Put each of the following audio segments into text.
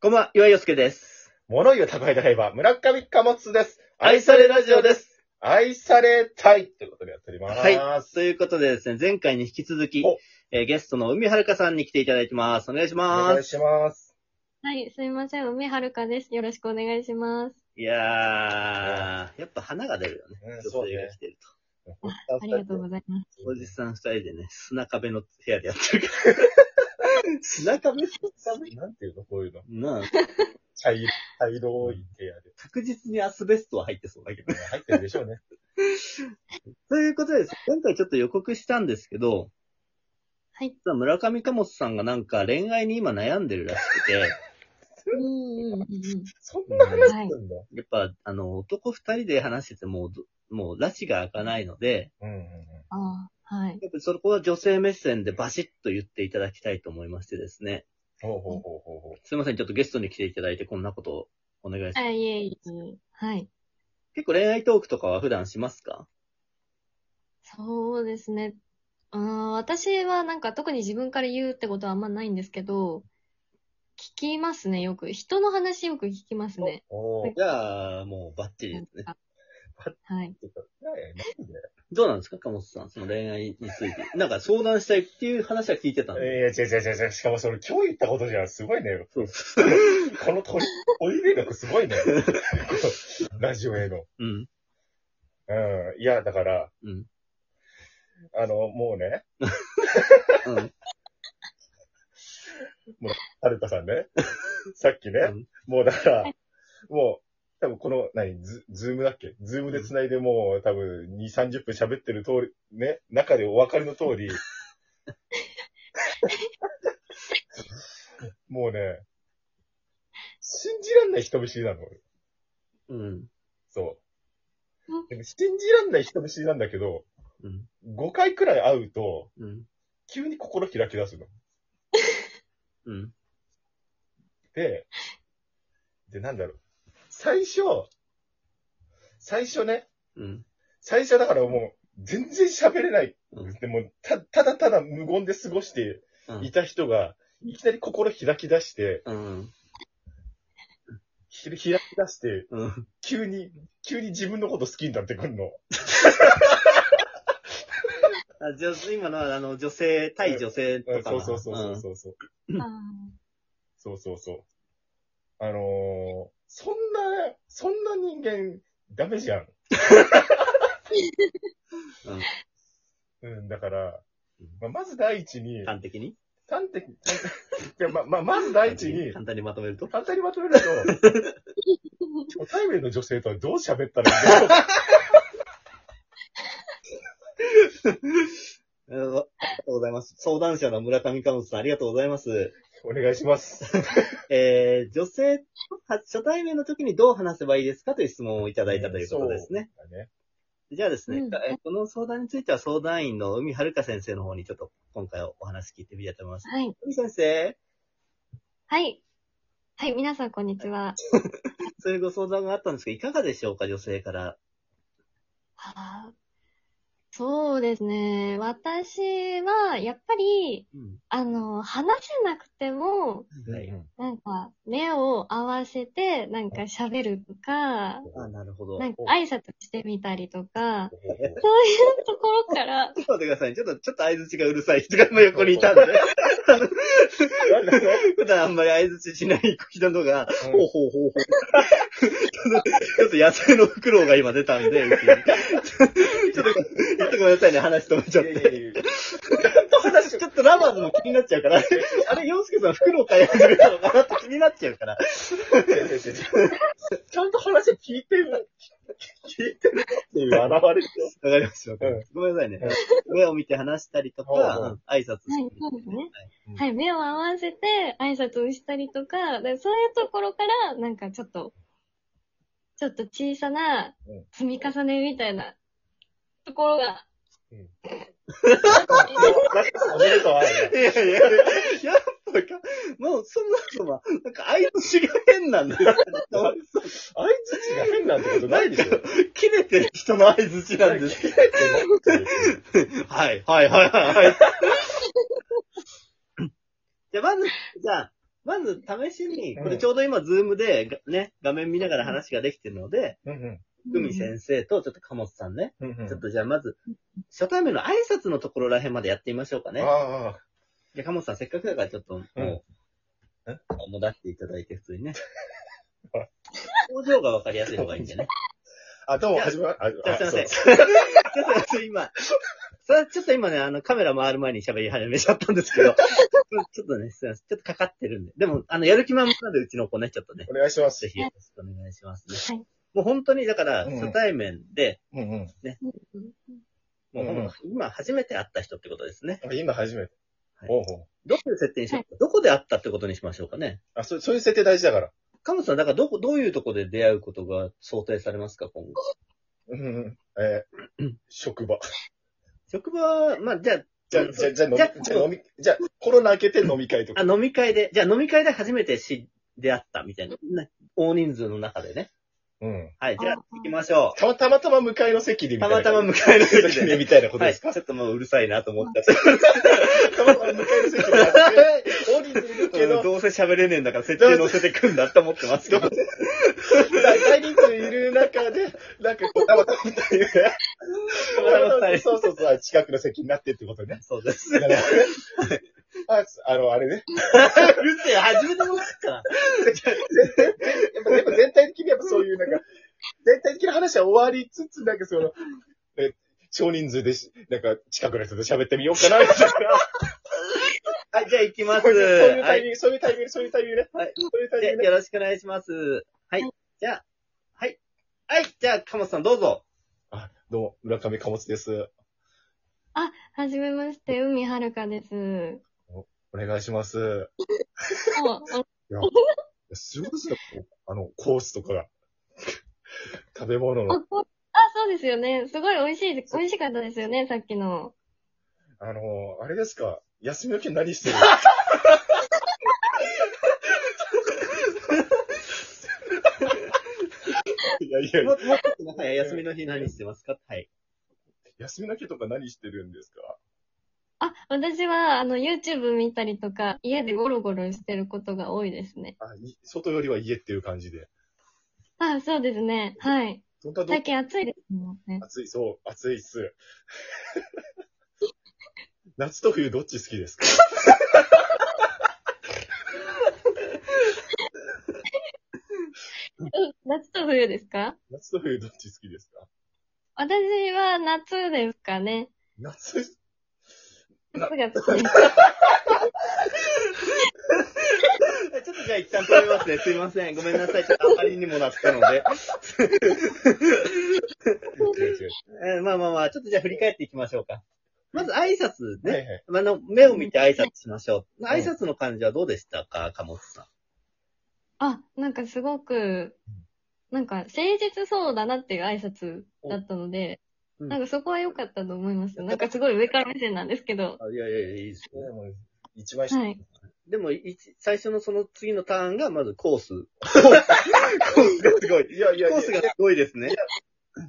こんばんは、岩井洋介です。物言う宅配ドライバー、村上貨物です。。愛されラジオですす。愛されたいということでやっております。はい。ということでですね、前回に引き続きお、えーゲストの海遥さんに来ていただいてます。お願いしおま願いす。します。はい、すいません。梅はるかです。よろしくお願いします。いやー、やっぱ花が出るよね。うん女そうね性が来てるありがとうございます。と。おじさん二人でね、砂壁の部屋でやってるか砂壁なんていうのこ ういうの。ら。なあ、茶色、茶色い部屋で。確実にアスベストは入ってそうだけど。入ってるでし ょうね。ということでです、今回ちょっと予告したんですけど、はい。実は村上貨物さんがなんか恋愛に今悩んでるらしくて、うんうんうんうん。そんな話すんだ。やっぱ、あの、男二人で話しててもうど、もう、拉致が開かないので、うんうんうん。ああ、はい。やっぱりそこは女性目線でバシッと言っていただきたいと思いましてですね。ほうほうほうほうほう。すいません、ちょっとゲストに来ていただいてこんなことをお願いします。あ、いえいえ。はい。結構恋愛トークとかは普段しますかそうですね。あー私はなんか特に自分から言うってことはあんまないんですけど、聞きますね、よく。人の話よく聞きますね。おー。じゃあ、もうバッチリですね。はい。ちょっといやいやなんでどうなんですか、かもさん。その恋愛について。なんか相談したいっていう話は聞いてたんで。いや、違う違う違う違う。しかもそれ今日言ったことじゃん。すごいね。そうそう。この問い、問い入れ力す ごいね。ラジオへの。うん。うん。いや、だから、うん。あの、もうね、うん。はるかさんね、さっきね、うんもうだから、もう、多分この、何、ズズームだっけズームで繋いでもう、多分2、30分喋ってる通り、ね、中でお分かりの通り、もうね、信じらんない人見知りなの。うん。そう。信じらんない人見知りなんだけど、うん。 5回くらい会うと、うん。急に心開き出すの。うん。で、で、なんだろう。最初、最初ね、うん。最初だからもう、全然喋れない。うんでも、た、ただただ無言で過ごしていた人が、いきなり心開き出して、うん。ひ開き出して、うん。急に、急に自分のこと好きになってくんの。あ、じゃ今のは、あの、女性、対女性うとんかその。うそうそうそうそう。あーそうそうそう。あのー、そんな、そんな人間、ダメじゃん。うん、だから、まあ、まず第一にうん。、端的に端的、端的いや、ま、ま、まず第一に、簡単にまとめると簡単にまと めると、初対面の女性とはどう喋ったらいいんだろうかあのありがとうございます。相談者の村上かのさん、ありがとうございます。お願いします。えー、女性と初対面の時にどう話せばいいですかという質問をいただいたということですね。そうだね。じゃあですね、うんえこの相談については相談員の海遥先生の方にちょっと今回お話聞いてみたいと思います。はい。海先生、はい。はい、皆さんこんにちは。そういうご相談があったんですけど、いかがでしょうか、女性から。あーそうですね。私は、やっぱり、うん。あの、話せなくても、はいうんなんか、目を合わせて、なんか喋るとか、あ、なるほど。なんちか挨拶してみたりうとか、んそういうところから、ょっと待ってください。ちょっと、ちょっと相槌がうるさい人が今横にいたんで。 なんだろう 普段あんまり相槌しない人のが、うんほうほうほうほう。ちょっと野菜のフクロウが今出たんで、うちにちょっと、ちょっとごめんなさいね、話止めちゃっいやいて。やいやいやちゃんと話をちょっとラバーズも気になっちゃうから、あれ、洋介さんフクロウ飼い始めたのかなって気になっちゃうから。ちゃんと話を聞いてる。聞いてるっていう現れるよ。わかりました。うんごめんなさいねうん。上を見て話したりとうんか、挨拶はい、しそうですねうん。はい、目を合わせて挨拶をしたりとか、でそういうところから、なんかちょっと、ちょっと小さなうん積み重ねみたいなところが、なんかおめでとうあるねたり。いやいや、やっぱか、もうそもそも、なんか相槌が変なんだよ。あいつが変なんてことないでしょ。切れてる人の相槌なんです切れてないっていう はい、はい、はい、はい。じゃあ、まず、じゃあ、まず試しに、これちょうど今、ズームでが、ね、画面見ながら話ができてるので、うんうん。久美先生とちょっと鴨さんね、うんうんちょっとじゃあまず、初対面の挨拶のところらへんまでやってみましょうかね。ああ、じゃあ、鴨さんせっかくだからちょっと、もう、うんあもう出していただいて、普通 にね。表情がわかりやすい方がいいんでね。あ、どうも、始まる。あ、じゃああすいまそせん。ちょっとすいません、今。さうちょっと今ね、あの、カメラ回る前に喋り始めちゃったんですけど、 ちょっとね、すいません。ちょっとかかってるんで。でも、あの、やる気満々なんで、うちの子ね、ちょっとね。お願いしますぜ。ひよろしくお願いしますね。はいもう本当に、だから、うん初対面で、うんうん。もうほんうん今初めて会った人ってことですね。あ今初めて。はいおうおうどういう設定にしようか、どこで会ったってことにしましょうかね。あ、そう、そういう設定大事だから。カムさん、だからどこ、どういうとこで出会うことが想定されますか、今後。うんうん。えうーん、職場。職場、まあ、じゃあ、じゃあ、じゃあ、じゃあ飲み、じゃあじゃあ飲み、じゃあ、コロナ明けて飲み会とあ、か。飲み会で、じゃあ飲み会で初めて知、出会ったみたいな。な大人数の中でね。うん。はい、じゃああー行きましょたまたまたま向かいの席でう。みたたまいな。たま向かいの向かいの席席ででね。みたいなことはい、ですちょか。っともううるさいなと思った。たまたま向かいの席でやって。大人数いるけけど、ど、どうせ喋れねえんだから設定乗せてくんだって思ってますけど。大人数いる中で、なんかこう、たまたまみたいな。そうそうそう、近くの席になってってことね。そうです。うだるからあ、あの、あれね。せえ、初めて思ったから。やっぱやっぱ全体的にやっぱそういうなんか、全体的な話は終わりつつ、なんかその、え、少人数でし、なんか近くの人と喋ってみようかな、みたいはい、じゃあ行きまな。す。そういうはタイい。ミング、そういうタイミング、そういうタイミングね。はいそういうタイミングでね。よろしくお願いします。はいは。じゃあ、はい。はい、じゃあ、かもさんどうぞ。あ、どうも、村上貨物です。はじめまして、海はるか です。お願いします。もうすごいですね、こうあの、コースとかが。 食べ物の、おあ、そうですよね。すごい美味しい、美味しかったですよね、さっきの。あの、あれですか、休みの日何してるいやいやいやも、もっともはや休みの日何してますかはい。休みの日とか何してるんですかあ、私は、あの、YouTube 見たりとか、家でゴロゴロしてることが多いですね。あい外よりは家っていう感じで。あ、そうですね。はい。本当はど最近暑いですもんね。暑い、そう、暑いっす。 夏と冬どっち好きですかうん夏と冬ですか夏と冬どっち好きですか私は夏ですかね。夏、夏が好きです。 ちょっとじゃあ一旦止めますね。すいません。ごめんなさい。ちょっとあまりにもなったので。 違う違うえーまあまあまあ、ちょっとじゃあ振り返っていきましょうか。まず挨拶はいはね。い。あの、目を見て挨拶しましょう。ん挨拶の感じはどうでしたか、かもさん。あ、なんかすごく、なんか誠実そうだなっていう挨拶だったので、おうんなんかそこは良かったと思います。なんかすごい上から目線なんですけど。あいやいやいや、いいですでも一番はい。でも、い最初のその次のターンが、まずコース。 コースがすごい。いやいや いや、コースがすごいですね。う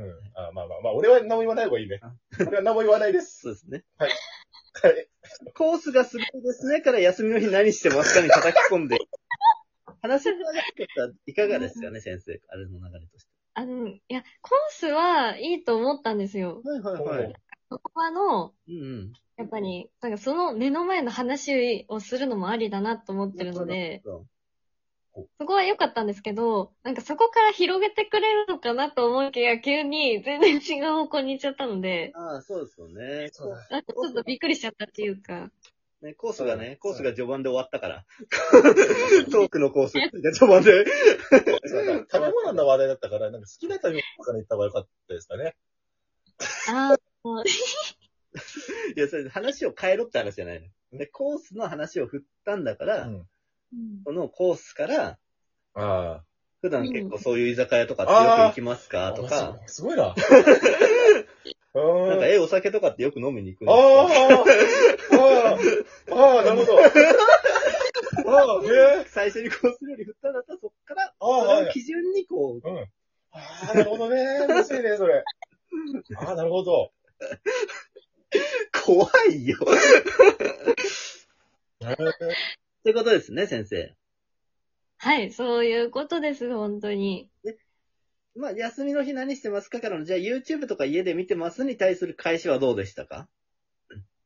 ん、うん。あまあまあまあ、俺は何も言わない方がいいねあ。俺は何も言わないです。そうですね。はいコースがすごいですねから、休みの日何してますかに叩き込んで。 話せなかったいかがですかね、先生。あれの流れとして。あの、いや、コースはいいと思ったんです よ。はいはいはい。そこはの、うんやっぱり、なんかその目の前の話をするのもありだなと思ってるので、うん。そこは良かったんですけど、なんかそこから広げてくれるのかなと思いきや、急に全然違う方向に行っちゃったので、ああ、そうですよね。そうだなんかちょっとびっくりしちゃったっていうか、ね、コースがね、そコうースが序盤で終わったから。トークのコースが序盤で。そうだ食べ物の話題だったから、なんか好きな食べ物から行った方が良かったですかね。ああ、いや、それ話を変えろって話じゃないの。で、コースの話を振ったんだかうら、ん。うんこのコースから、あ普段結構そういう居酒屋とかってうんよく行きますかあ。とか、あ。すご いな。うんなんか、え、お酒とかってよく飲みに行くんあですあああああ なるほど。ああ、ええか最初にコース料理振ったんだったら、そっから、あそあ、はれをい。基準にこう、うん。ああ、なるほどね。面白いね、それ。ああ、なる ほど。怖いよ。ええということですね、先生。はい、そういうことです、本当に。まあ、休みの日何してますかからの、じゃあ YouTube とか家で見てますに対する返しはどうでしたか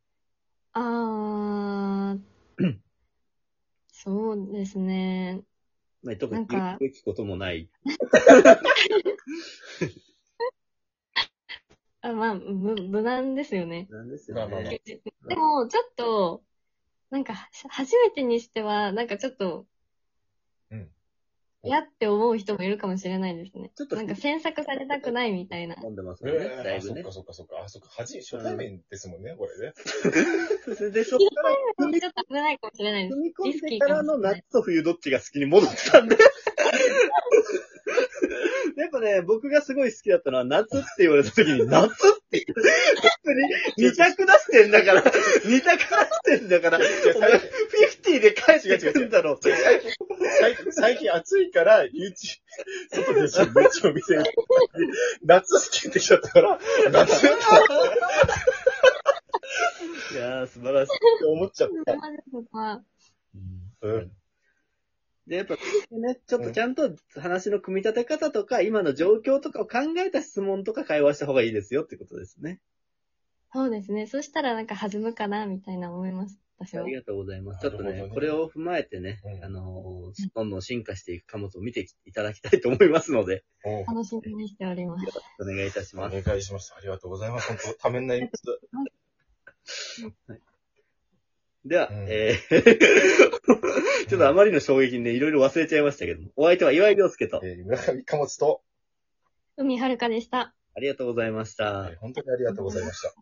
あー、そうですね。まあ、特なにんか聞くこともない。あまあ、む無難ですよね。なんですよよねね。まあまあまあでも、ちょっと、なんか、初めてにしては、なんかちょっと、うん嫌って思う人もいるかもしれないですね。ちょっとなんか、詮索されたくないみたいな。飲んでますえよね、だいあ、ぶそっねか。そっかそっか。あ、そっか。初、初対面ですもんね、こ れね。それ で、そっからちょっと危ないかもしれないです。踏み込んでからの夏と冬どっちが好きに戻ったんで。 やっぱね、僕がすごい好きだったのは、夏って言われた時 に、夏って言う。本当に、二択出してんだから、二択出してんだから、お前、フィフティで返してくるんだろうって。最近、最近最近暑いから、YouTube、外で YouTube 見てる。夏好きってきちゃったから、夏っていやー、素晴らしい。思っちゃっそたこ。までとかうん。で、やっぱ、ね、ちょっとちゃんと話の組み立て方とか、今の状況とかを考えた質問とか会話した方がいいですよってことですね。そうですね。そしたらなんか弾むかな、みたいな思います。私あはり。がとうございます。ちょっとなるねほど、ねこれを踏まえてねう、んあのー、どんどん進化していく貨物を見ていただきたいと思いますので、うん楽しみにしております。お願いいたしおます。願いします。ありがとうございます。本当、ためんない。 では、うんえー ちょっとあまりの衝撃にね、いろいろ忘れちゃいましたけども、お相手は岩井良介と、えー村上貨物と、海はるかでした。ありがとうございました。えー本当にありがとうございました。